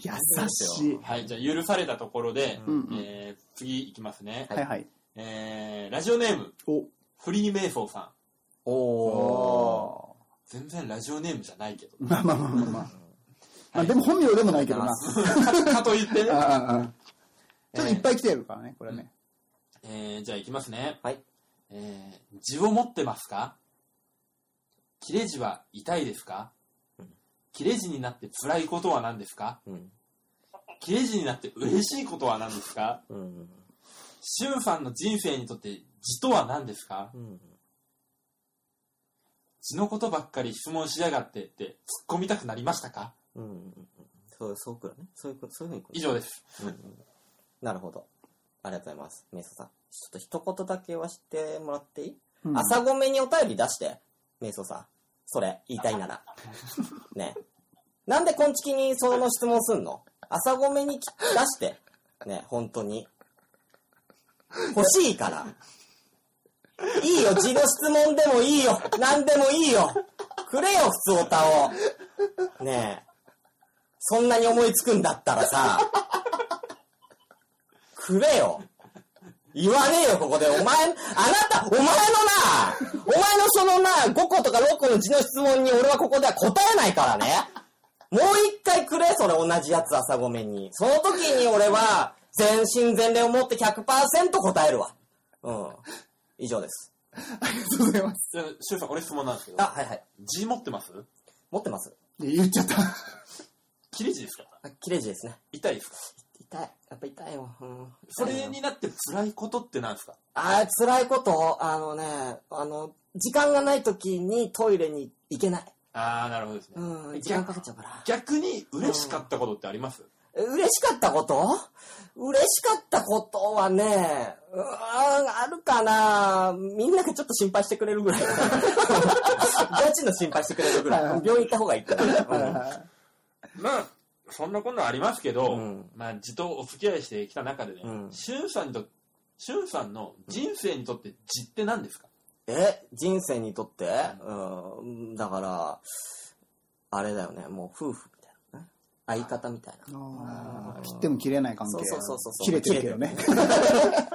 B: 優しい。
A: はい、じゃあ許されたところで、
B: んうん
A: えー次いきますね。
B: はいはい。
A: えーラジオネーム、
B: お。
A: フリーメイソーさん。
D: おお
B: お
A: 全然ラジオネームじゃないけど。
B: まあまあまあまあ まあ。まあでも本名でもないけどな。
A: かといってね
B: ああ。ああちょっといっぱい来てるからね、これね。
A: えーじゃあいきますね。
D: はい
A: えー字を持ってますか切れ字は痛いですか切れ字になって辛いことは何ですか
D: うん
A: 切れ字になって嬉しいことは何ですか
D: うん
A: しゅんさんの人生にとって字とは何ですか
D: うん
A: 字のことばっかり質問しやがってって突っ込みたくなりましたか
D: うんそうそうくらいねそういうこそういうふうにく
A: 以上です。
D: なるほどありがとうございますメイソさんちょっと一言だけ言わしてもらっていい、
B: うん
D: 朝ごめにお便り出してメイソさんそれ言いたい ならねなんでこんちきにその質問すんの朝ごめにき出してね本当に欲しいからいいよ、字の質問でもいいよ。何でもいいよ。くれよ、普通おたを。ねえ。そんなに思いつくんだったらさ、くれよ。言わねえよ、ここで。お前、あなた、お前のな、お前のそのな、5個とか6個の字の質問に俺はここでは答えないからね。もう一回くれ、それ同じやつ朝ごめんに。その時に俺は、全身全霊を持って100%答えるわ。うん。以上です。
B: ありがとうございます。
A: じゃあ、しゅんさん、俺質問なんですけど
D: あ、、はいはい。
A: 字持ってます
D: 持ってます。
B: いや言っちゃった。
A: 切れ字ですか
D: あ、切れ字ですね。
A: 痛いですか
D: 痛い。やっぱ痛いよ。うん。
A: そ
D: 痛い
A: れ
D: よ
A: になって辛いことって何ですか
D: あー、辛いこと、あのね、あの、時間がない時にトイレに行けない。
A: ああ、なるほどですね。
D: うん、時間
A: 逆
D: かかっちゃうから。
A: 逆に嬉しかったことってあります、
D: 嬉しかったこと嬉しかったことはね、うーん、あるかなみんながちょっと心配してくれるぐ らい。ガチの心配してくれるぐらい。
B: はいはい
D: 病院行った方がいいから、
A: まあ、そんなことはありますけど、
D: うん
A: まあ、字とお付き合いしてきた中でね、
D: うん
A: しゅんさんにと、しゅんさんの人生にとって字って何ですか、
D: え人生にとってうん、だから、あれだよね、もう夫婦みたいなね。相方みたいな。
B: あー切っても切れない関係。
D: そうそうそうそう
B: 切れてるけどね。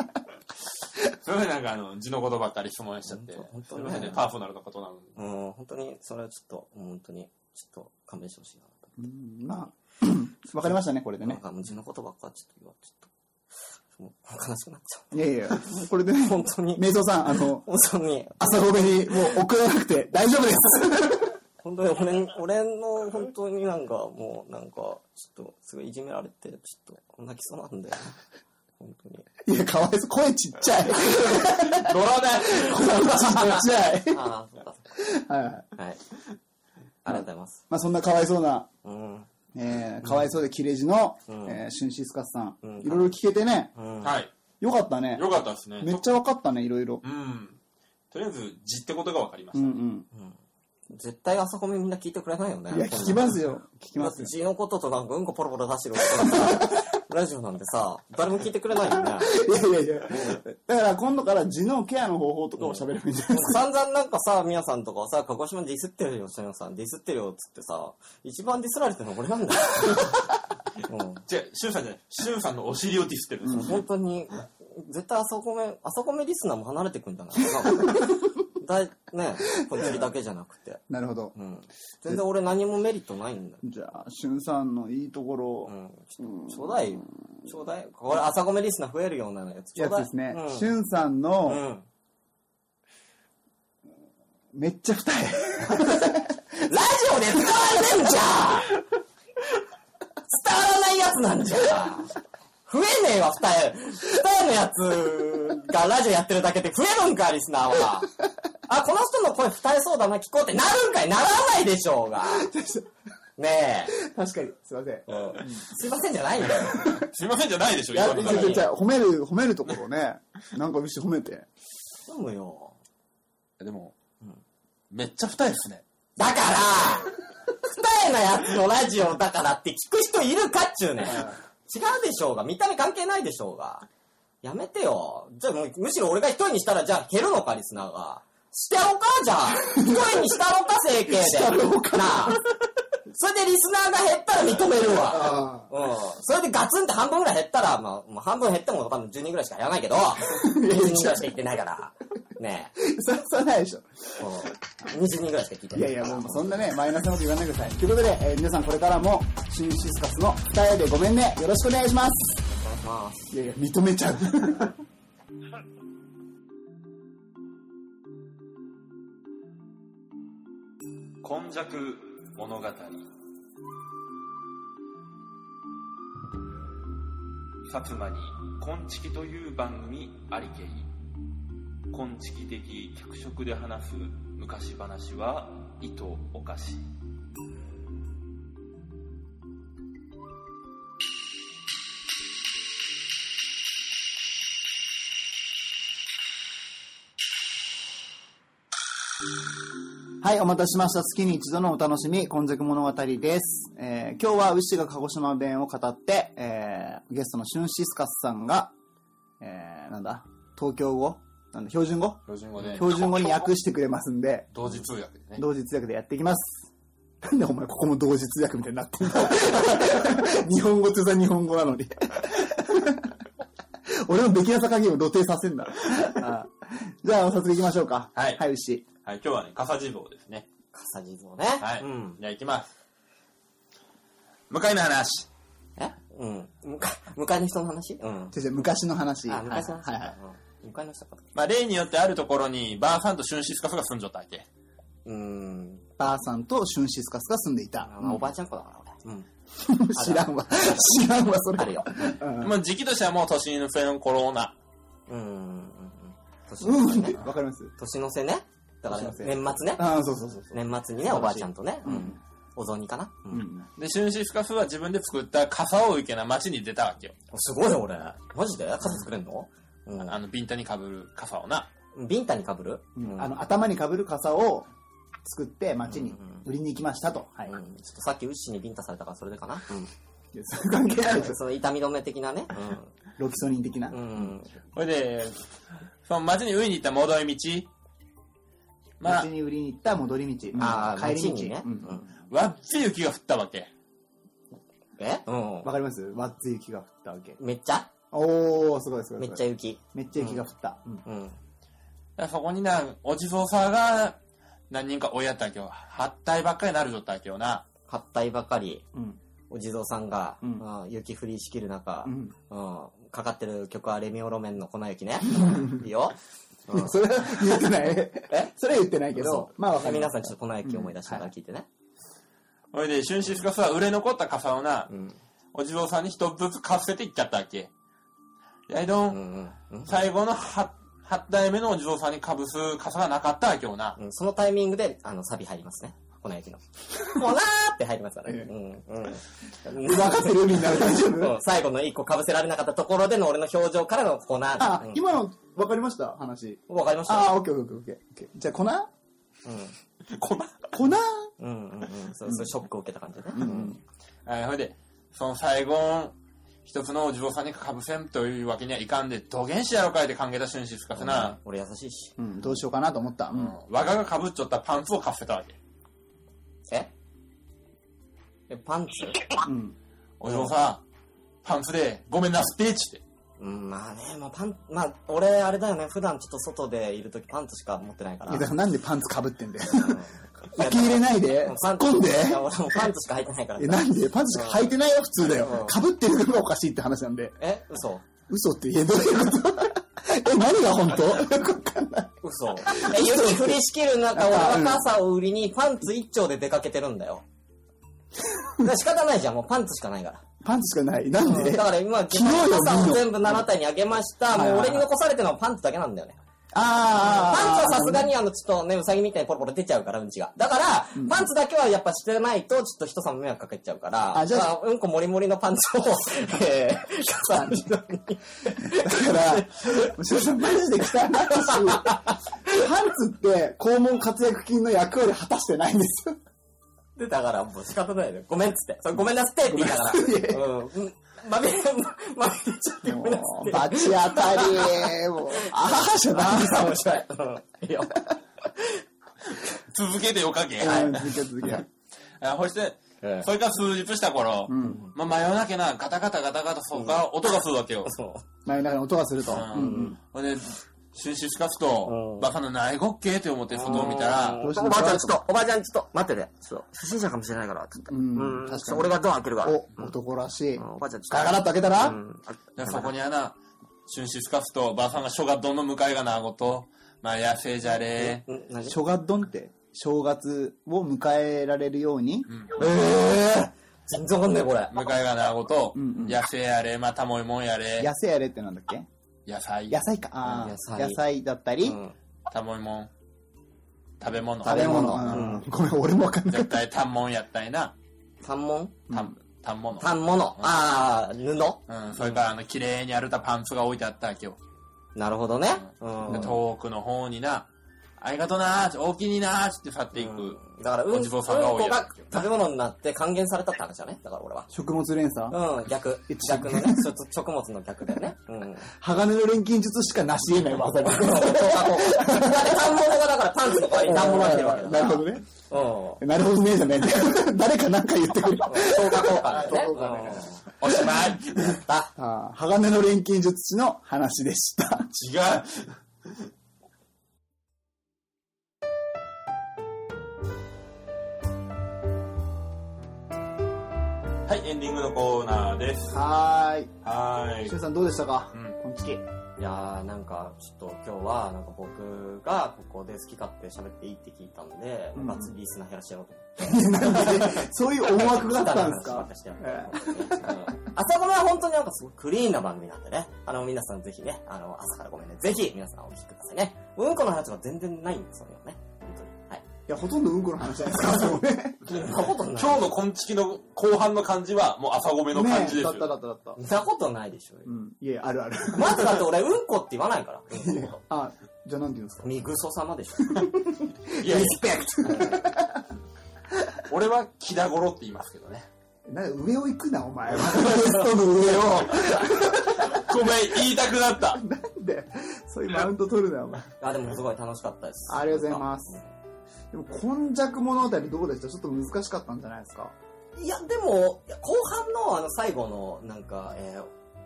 A: すみません、なんかあの、字のことばっかり質問しちゃって、
D: 本
A: す
D: 当
A: み
D: 本当ね
A: ませんね、パーソナルなことなのに。
D: うん、本当に、それはちょっと、本当に、ちょっと勘弁してほしいなと。
B: うんまあ、 わかりましたね、これで
D: なん
B: ね。
D: か、無事のことばっかちょっと言われて、ちょっと、もう悲しくなっちゃ
B: いやいや、これでね
D: う。、本当に、
B: メイゾーさん、あの、
D: 本当に、
B: 朝ごめにもう送らなくて大丈夫です。
D: 本当に俺に、俺の本当になんか、もうなんか、ちょっと、すごいいじめられて、ちょっと、泣きそうなんだよね。本当に。
B: いや、かわいそう。声ちっち ゃい。
A: ドラだ
B: 声ちっちゃい。
D: ああ、そうか、そ
B: はいはい。
D: うか。はい。ありがとうございます。
B: まあ、そんなかわいそうな、
D: うん。
B: えー、かわいそうで切れ字の、
D: ん
B: えー、シュンシスカスさん。
D: うん
B: いろいろ聞けてね、
D: うん。
A: はい。
B: よかったね。
A: よかったですね。
B: めっちゃわかったね、いろいろ
A: う。ん。とりあえず、字ってことが分かりま
B: う
A: し
B: ん
A: た。
D: 絶対あそこみんな聞いてくれないよね。
B: うん。いや、聞きますよ。聞き
D: だ
B: ま
D: っ
B: す
D: て
B: よ。
D: 字のこととなんかうんこポロポロ出してる音がさ、 ラジオなんてさ、誰も聞いてくれないよね。
B: いやいやいや。だから今度から字のケアの方法とかを喋ればいいんじゃないです
D: 散々なんかさ、みやさんとかさ、鹿児島ディスってるよ、しのさん、ディスってるよっつってさ、一番ディスられてるの俺なんだよ。うん
A: 違う、シュンさんじゃない。シュンさんのお尻をディスってるんですよ。
D: 本当に、絶対あそこめ、あそこめリスナーも離れてくんじゃないかな。だい、ね、こっちだけじゃなくて。
B: なるほど。
D: うん。全然俺何もメリットないんだよ。
B: じゃあ、しゅんさんのいいところを、
D: うん。ちょちょうだいよ。ちょうだい。これ、朝米リスナー増えるようなやつ。ちょ
B: や
D: うだ
B: つ
D: い。
B: ですね
D: う。ん
B: しゅんさん
D: う
B: の、
D: ん。
B: めっちゃ二重。
D: ラジオで使われてんじゃん伝わらないやつなんじゃん増えねえわ、二重。二重のやつがラジオやってるだけで増えるんか、リスナーは。あ、この人の声二重そうだな、聞こうってなるんかいならないでしょうが。ね
B: 確かに、すいません。
D: え。すいませんじゃないんだよ。
A: すいませんじゃないでしょ、
B: いや、
A: 今の
B: じゃあじゃあじゃあ褒める、褒めるところね。なんか見せて褒めて。
D: 頼むよ。
A: でも、めっちゃ二重ですね。
D: だから、二重のやつのラジオだからって聞く人いるかっちゅうねん。違うでしょうが、見た目関係ないでしょうが。やめてよ。じゃあもう、むしろ俺が一人にしたら、じゃあ減るのか、リスナーが。しておか、じゃあ。一人にしたろか、整形で。なあ。それでリスナーが減ったら認めるわ。
B: あ
D: うん。それでガツンって半分ぐらい減ったら、まあ、もう半分減っても多分10人ぐらいしか減らないけど、20人ぐらいしか行ってないから。ねえ。
B: あ、それはないでしょ。
D: うん20人ぐらいしか聞いて
B: い
D: な
B: や
D: い
B: い
D: か
B: や、
D: ら。
B: もうそんなね、マイナスなこと言わないでください。ということで、えー皆さんこれからも、シンシスカスの二重でごめんね。よろしくお願いします。
D: まあ
B: いやいや、認めちゃう。
A: 今弱物語薩摩に「こんちき」という番組ありけりこんちき的脚色で話す昔話は糸おかし
B: はい、お待たせしました。月に一度のお楽しみ、今昔物語です。えー今日は牛が鹿児島弁を語って、えーゲストのシュンシスカスさんが、えーなんだ、東京語なんだ、標準語
A: 標準語で
B: 標準語に訳してくれますんで、
A: 同時通訳でね
B: 同時通訳でやっていきます。 なんでお前ここも同時通訳みたいになってんの 日本語通算日本語なのに。 俺の出来なさ加減を露呈さ せんな。ああじゃあ、早速行きましょうか。
A: はい
B: はい、牛。
A: はい今日はね笠地坊ですね
D: かさ地蔵ね。
A: はい、
D: うん。
A: じゃあ行きます向かいの話
D: えうん。向か、向かいの人の話う
B: じ
D: ん。
B: ゃあじゃあ昔の話。
D: あ、向かいの人の話
B: はいはいはい。
D: うん向かいの人か。
A: まあ例によってあるところにバーさんとシュンシスカフが住んじゃったわけ
D: うーん。
B: ばあさんとシュンシスカスが住んでいた
D: あ。おばあちゃん子だから俺。うん。
B: うん 知らんわ。知らんわ、それ。
D: あるよ。
B: うん。
A: まあ時期としてはもう年の瀬の頃な
D: うん。うん。年
B: う
D: の
B: ん
D: 瀬
B: って
D: ね。
B: わかります
D: 年の瀬ね。だから
B: 年の
D: 年
B: 瀬
D: 末ね。
B: ああ、そうそうそうそう。
D: 年末にね、おばあちゃんとね。
B: う
D: うんん。お雑煮かな。う。
B: うんん。
A: で、シュンシスカフは自分で作った傘を受けな街に出たわけよ。
D: すごいよ、俺。マジで傘作れんのう
A: あの、ビンタにかぶる傘をな。
D: ん。ビンタにかぶる
B: うんあの、頭に被る傘を作って街に売りに行きましたと。はい。
D: うん。ちょっとさっきウッシーにビンタされたからそれでかな。うん。
B: いやそれ関係ないでしょ。
D: その痛み止め的なね。
B: ロキソニン的な。
D: うん。うん。
A: ほいで、その街に上に行った戻り道。まあ
B: 街、に売りに行った戻り道。うん
D: ああ、
B: 帰り
D: 街
B: 道。
D: にね。
B: う
D: うんん。
A: わっち雪が降ったわけ。
D: えうん
B: わ。かりますわっつ雪が降ったわけ。
D: めっちゃ
B: おー、すごいすごいすご
D: め
B: い。
D: っちゃ雪。
B: めっちゃ雪が降った。うん
D: うん。
A: だからそこにな、お地蔵さんが何人か追いやったわけよ。八体ばっかりなるぞったわけよな。
D: 八体ばかり、
B: うん。
D: お地蔵さんが、
B: うん
D: あー雪降りしきる中、
B: う
D: うん
B: ん。
D: かかってる曲はレミオロメンの粉 雪ね。いいよ。うん
B: それは言ってない。えそれは言ってないけど
D: そ、う
B: まあわかりま
D: 皆
B: す
D: さんちょっと粉雪思い出しながら聞いてね。
A: ほいで、シュンシスカフは売れ残った傘をな
D: う、ん。
A: お地蔵さんに一つずつかぶせていっちゃったわけ。やいど、
D: うんんうん。
A: 最後の八八体目のお地蔵さんにかぶす傘がなかったわけよな。
D: うん、そのタイミングで、あの、サビ入りますね。粉 雪の。粉ーって入りますからね。うん。うん。
B: わかってるみんな大丈
D: う
B: 夫
D: ん最後の一個被せられなかったところでの俺の表情からの粉。
B: あ
D: う、ん
B: 今のわかりました話。
D: わかりました
B: ああ、オッケーオッケーオッケーオッケー。じゃあ粉
D: うん。
A: こんな
B: 粉
D: うんうんうん。そう、そう、ショックを受けた感じでね。
B: うん。
A: はい、ほいで、その最後、一つのお地蔵さんにかぶせんというわけにはいかんで、どげんしやろかいって考えた瞬時つかせな、
D: 俺優しいし。
B: うん、どうしようかなと思った。う。
A: うんん、我ががかぶっちょったパンツをかぶせたわけ。
D: ええ、パンツ
B: うん。
A: お嬢さん、パンツでごめんなすって、つって。
D: うん、まあね、まあパン、まあ、俺、あれだよね、普段ちょっと外でいるときパンツしか持ってないから。
B: だからなんでパンツかぶってんだよ。
D: うん
B: 受け入れない
D: い
B: で
D: や、
B: 突っ込んで。
D: いや俺もパンツしか履いてないから
B: え、。なんでパンツしか履いてないよ、普通だ
D: うん
B: よ。かぶってるのがおかしいって話なんで。
D: え、嘘
B: 嘘って言え、どういうこと え、何が本当よくわかんない。
D: 嘘。え、雪降りしきる中、俺は傘を売りにパンツ一丁で出かけてるんだよ。だから仕方ないじゃん、もうパンツしかないから。
B: パンツしかない。なんで
D: だから今、
B: 昨日よ
D: 傘を全部7体にあげました。
B: はい
D: も
B: は
D: う
B: い
D: 俺に残されてるのはパンツだけなんだよね。パン
B: あ
D: ツ
B: ーあーあー
D: はさすがにあの、ちょっとね、うさぎみたいにポロポロ出ちゃうから、うんちが。だから、パンツだけはやっぱしてないと、ちょっと人様迷惑かけちゃうから、
B: あじゃあ
D: まうんこもりもりのパンツを、えー、傘に。
B: だから、むしろさんマジで汚いし、パンツって肛門活躍筋の役割果たしてないんですよ。
D: で、だからもう仕方ないのよ。ごめんっつって。それごめんなすってって言いながら。うんうん。まみれ、まみれちゃってご
B: も
D: めんなすっ
B: う、
D: て。
B: バチ当たり、もう、あーじゃないんです
D: ああ、
B: よ
D: 面白い。うんいいよ。
A: 続けておかげ。
B: うん続け続け。
A: あそして、
D: ええ
A: それから数日した頃、まあ、真夜中な、ガタガタガタガタ、そうか、音がするわけよ。
D: そう。
B: 真夜中に音がすると。
A: う
B: うんん
A: ほんで、シュンシュシカス
D: うん
A: と、バカなないごっけって思って外を見たら、
B: どうし
D: お
B: た
D: ばあちゃん、ちょっと、おばあちゃん、ちょっと、待ってて。ちょっと、初心者かもしれないから、ちょっと。
B: う
D: うんん。ちょ
B: 確
D: っ
B: か
D: と
B: に
D: 俺がドア開けるから。
B: うん。お、男らしい
D: うん。おばあちゃん、ちょ
B: ガ
D: っ
B: ラガラって開けたら、
D: と。うん。
A: でそこにはな、シュンシスカスと、ばあさんが小学堂の向かいがなごと、まあ、野生じゃれ、
D: うん、何
B: 初月丼って、正月を迎えられるように、
D: 全然わかんない、これ。
A: 向かいがなごと、
B: うんうん
A: 野生やれ、まあ、たもいもんやれ
B: 野、生やれってなんだっけ
A: 野菜、
B: 野菜か。あ
D: 野
B: あ、野
D: 菜
B: 菜だったり、
D: うん
A: たもいもん、食べ物、
D: 食べ物
B: うんごめん、俺もわかんない
A: 絶。対たんもんやったいな、
D: 反問
A: たん、たんもの。
D: 反物。ああ、布
A: うん、それからあの、綺麗に荒れたパンツが置いてあったわけよ。
D: なるほどね。うん。
A: で遠くの方にな、ありがとうなーって、おおきになーって去っていく。
D: だから、うん、う
A: お
D: ん
A: 地
D: こ
A: 蔵さんが多いや
D: が食べ物になって還元されたって話だね。だから俺は。
B: 食物連鎖
D: うん、逆。逆のね、ちょっと食物の逆だ よね。うん。
B: 鋼の錬金術しかなし得ない技が。
D: そうそうそうだって反物がだからパンツの代わりに反物が出てるわけだか
B: な
D: ら。
B: るほどね。
D: ど。
B: なるほどね、じゃないん だよ誰かなんか言ってくれ。
D: うん。消化効果だよね。
B: 消
D: う
B: 化
D: ん
A: おしま い
D: やった。
B: あー鋼の錬金術師の話でした。
A: 違うはい、エンディングのコーナーです。
B: はーい。
A: はー
B: しゅ
A: い。
B: んさんどうでしたか
A: うん
B: この月。
D: いやーなんかちょっと今日はなんか僕がここで好き勝手喋っていいって聞いたんで、
B: うん
D: バツリスナー減らしてやろうと思って。
B: そういう思惑があったん ですか
D: 朝ごめんは本当になんかすごいクリーンな番組なんでね。あの、皆さんぜひね、あの、朝からごめんね。ぜひ皆さんお聞きくださいね。うんこの話が全然ないんですよね。本当に。はい。
B: いや、ほとんどうんこの話じゃないですか、 そうね。
D: そんなことない。
A: 今日のこんちきの後半の感じは、もう朝ごめの感じです
B: ねだ
A: よ。
B: っただっただった。
D: そんなことないでしょうよ
B: う。ん。いや、あ るある。
D: まずだって俺、うんこって言わないから。うんこのこと
B: あ、じゃあ何て言うんですか
D: みぐそ様でしょ。
A: いや、リスペクト。俺は、キダゴロって言いますけどね。
B: なんか上を行くな、お前は。ストの上を。
A: ごめん、言いたくなった。
B: なん で、そういうマウント取るな、お前。
D: あ、でもすごい楽しかったです。
B: ありがとうございます。でも、今弱物語どうでしたちょっと難しかったんじゃないですか
D: いや、でも、いや後半のあの最後の、なんか、えー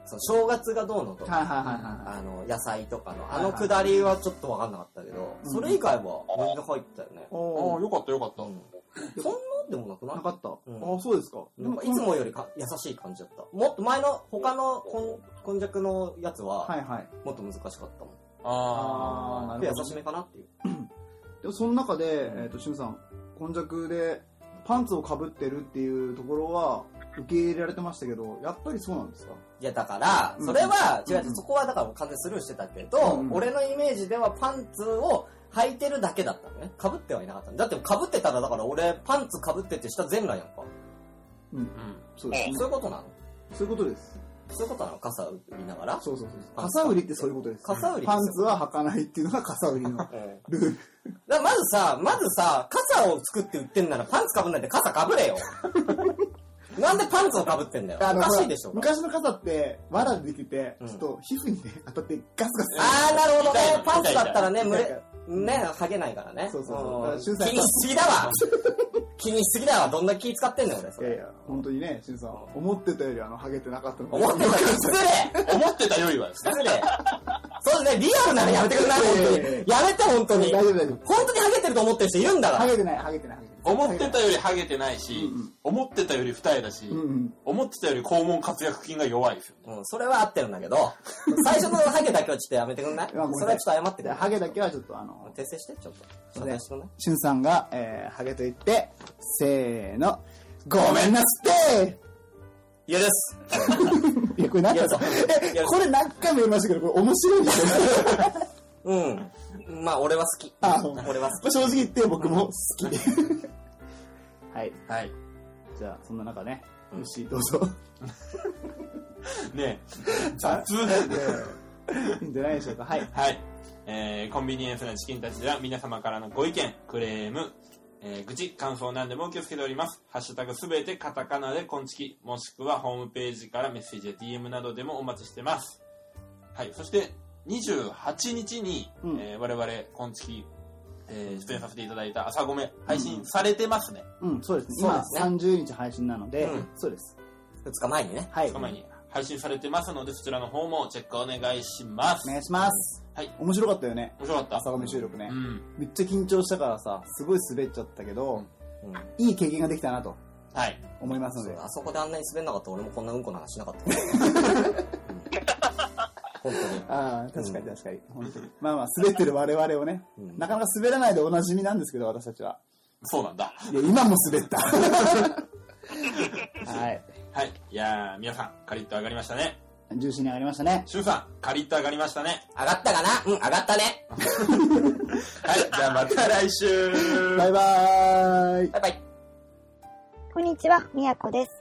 D: その正月がどうのと
B: はい
D: か、
B: はいはいは
D: あの、野菜とかの、
B: は
D: あ
B: いは
D: の
B: い
D: くだりはちょっとわかんなかったけど、
B: うん
D: それ以外は全然入ったよね
B: い。。
A: ああ、
B: おー
A: よかったよかった。
D: うんそんなでもなくない
B: なかった。
D: うん
B: あ、そうですか。
D: なんかいつもよりか優しい感じだった。もっと前の他のこんこんじゃくのやつは
B: はいはい。
D: もっと難しかったもん。
A: ああ。
B: ああ、なる
D: で優
B: ほど。
D: しめかなっていう。
B: でもその中で、えっ、と、しゅんさん、今弱でパンツをかぶってるっていうところは受け入れられてましたけど、やっぱりそうなんですか
D: いやだから、
B: うん
D: それは、
B: うん
D: 違う違う、そこはだから完全にスルーしてたけど、
B: うん
D: 俺のイメージではパンツを履いてるだけだったのね。被ってはいなかったのだって被ってたらだから俺パンツ被ってて下全裸やんか。
A: うん。
B: そうですね。
D: そういうことなの
B: そういうことです。
D: そういうことなの傘売りながら。
B: そうそうそう。傘売りってそういうことです。
D: 傘売り
B: パンツは履かないっていうのが傘売りの
D: うん
B: ルール。
D: だからまずさ、まずさ、傘を作って売ってんならパンツ被んないで傘被れよ。なんでパンツを被ってんだよ。
B: あ
D: お
B: の
D: かしいでしょ。
B: 昔の傘って、藁でできてて、
D: うん
B: ちょっと皮膚にね、当たってガスガス。
D: あー、なるほど
A: 痛い
D: ね
A: の。
D: パンツだったらね、
B: 痛い
D: 蒸
B: から
D: れ、ね、剥げないからね。
B: そうそうそうだから
D: ん
B: 秀才
D: 気にしすぎだわ。気にしすぎだわ。どんな気使ってんの俺、そ
B: いやい
D: れ。
B: や、本当にね、しんさん、思ってたよりあの、ハゲてなかったの
D: 思ってたより失礼
A: 思ってたよりはですね。
D: 失礼そうですね、リアルなのやめてください、本当に。やめて、本当
B: 大
D: に。
B: 丈夫大丈夫
D: 本当にハゲてると思ってる人いるんだか
B: ハ
D: ら。
B: ゲてない、ハゲてない、ハゲてない。
A: 思ってたよりハゲてないし、
B: うんうん
A: 思ってたより二重だし、
B: うんうん。
A: 思ってたより肛門活躍筋が弱いですよね。
D: うん、それは合ってるんだけど、最初のハゲだけはちょっとやめてくんない
B: いやごめんなさい
D: それはちょっと謝ってく
B: で、
D: れ
B: ハゲだけはちょっとあの、
D: 訂正して、ちょっと。
B: そうね
D: 謝罪してくんない
B: しゅんさんが、えー、ハゲと言って、せーの、ごめんなす って
D: 嫌です。
B: いや、これ何回も
D: いやそうい
B: え、
D: や
B: これ何回も言いましたけど、これ面白いんですよね。
D: うん。 まあ、俺は好き。
B: あ
D: 俺は好き。
B: まあ正直言って僕も好き。 はい。
A: はい。
B: じゃあ、そんな中ね、
D: うん
B: 牛、どう ぞ。
A: ねえ、雑。
B: いいんじゃないでしょうか。はい。
A: はい。えーコンビニエンスなチキンたちでは皆様からのご意見、クレーム、えー愚痴、感想なんでも受け付けております。ハッシュタグすべてカタカナでコンチキ、もしくはホームページからメッセージや DM などでもお待ちしてます。はい。そして、28日に、
B: うん
A: えー我々、コンチキ、えー出演させていただいた朝ごめ、配信されてますね。
B: うん、そうです。
D: そう
B: 今
D: ですね
B: 30日配信なので
D: うん、
B: そうです。
D: 二日前にね。
B: はい。
A: 2日前
B: お
A: に配信されてますので、そちらの方もチェックお願いします。
B: 願いします。
A: はい。
B: 面白かったよね。
A: 面白かった。
B: 朝め収録ね
A: う。ん。
B: めっちゃ緊張したからさ、すごい滑っちゃったけど、
D: うん。
B: いい経験ができたなと
A: はい。
B: 思いますので。
D: あそこであんなに滑んなかったら俺もこんなうんこの話しな かった。うん本
B: ああ、確かに確かに。本当にまあまあ、滑ってる我々をね、
D: うん
B: なかなか滑らないでおなじみなんですけど、私たちは。
A: そうなんだ。
B: いや、今も滑 った。はい。
A: はい。いやー、皆さん、カリッと上がりましたね。
B: 重心に上がりましたね。
A: シュンさん、カリッと上がりましたね。
D: 当に。上がったかなうん、上がったね。
A: はい。じゃあまた来週
B: バイバーイ。
D: バイバイ。
G: こんにちは、みやこです。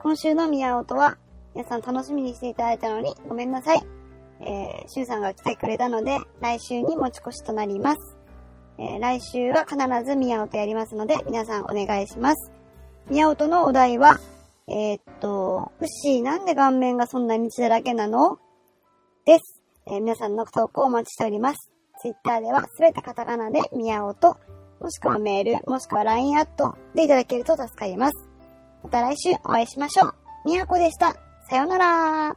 G: 今週のみやおとは、皆さん楽しみにしていただいたのにごめんなさい。えー、しゅうさんが来てくれたので、来週に持ち越しとなります。えー、来週は必ずみやおとやりますので、皆さんお願いします。みやおとのお題は、えーっと、うっしーなんで顔面がそんなに血だらけなのです。えー皆さんの投稿をお待ちしております。ツイッターではすべてカタカナでみやおと、もしくはメール、もしくは LINE アットでいただけると助かります。また来週お会いしましょう。みやこでした。さようなら。